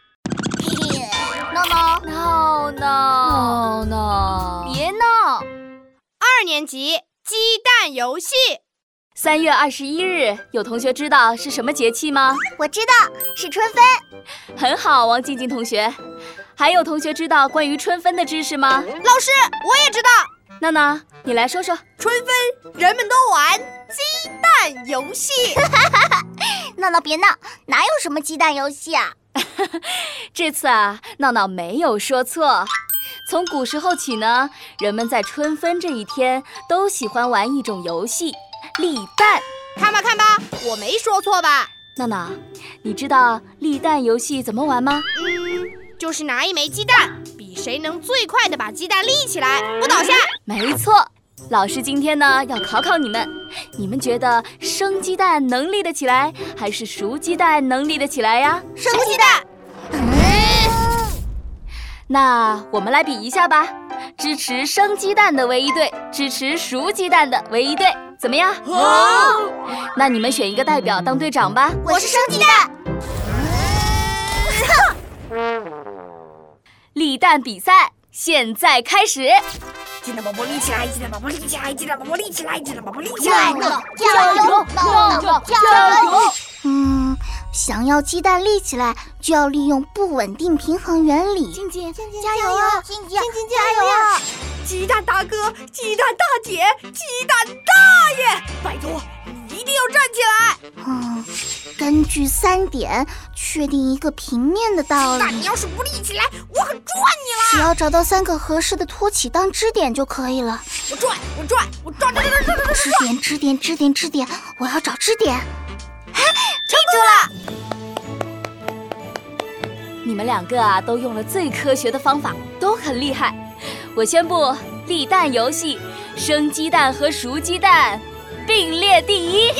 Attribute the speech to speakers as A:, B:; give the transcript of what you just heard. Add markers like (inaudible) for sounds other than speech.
A: (laughs)
B: 年级鸡蛋游戏。
C: 三月二十一日，有同学知道是什么节气吗？
A: 我知道是春分。
C: 很好，王静静同学。还有同学知道关于春分的知识吗？
B: 老师，我也知道。
C: 娜娜，你来说说。
B: 春分，人们都玩鸡蛋游戏。
A: (laughs) 闹闹别闹，哪有什么鸡蛋游戏啊？
C: 这次啊，闹闹没有说错。从古时候起呢，人们在春分这一天都喜欢玩一种游戏——立蛋。
B: 看吧看吧，我没说错吧？
C: 闹闹，你知道立蛋游戏怎么玩吗？
B: 嗯，就是拿一枚鸡蛋，比谁能最快的把鸡蛋立起来，不倒下。
C: 没错。老师今天呢要考考你们，你们觉得生鸡蛋能立得起来，还是熟鸡蛋能立得起来呀？
B: 生鸡蛋。
C: 那我们来比一下吧，支持生鸡蛋的为一队，支持熟鸡蛋的为一队，怎么样？
B: 哦，
C: 那你们选一个代表当队长吧。
A: (laughs) 我是生
B: (laughs)
A: 鸡蛋。
C: 立蛋比赛现在开始。
D: 鸡蛋宝宝立起来，鸡蛋宝宝立起来，鸡蛋宝宝立起来，鸡蛋宝宝立起来。
A: 加油！加油！
C: 闹闹
A: 加油！嗯，想要鸡蛋立起来，就要利用不稳定平衡原理。静静，静静，加油啊！静静，静静，加油啊！
D: 鸡蛋大哥，鸡蛋大姐，鸡蛋大爷，拜托你一定要站起来！
A: 嗯，根据三点确定一个平面的道
D: 那
A: 理，
D: 你要是不立起来，我可拽
A: 只要找到三个合适的托起当支点就可以了。
D: 你！我拽，我拽，我拽拽拽拽拽拽！
A: 支点，支点，支点，支点，我要找支点。
C: 你们两个啊都用了最科学的方法，都很厉害。我宣布，立蛋游戏，生鸡蛋和熟鸡蛋并列第一。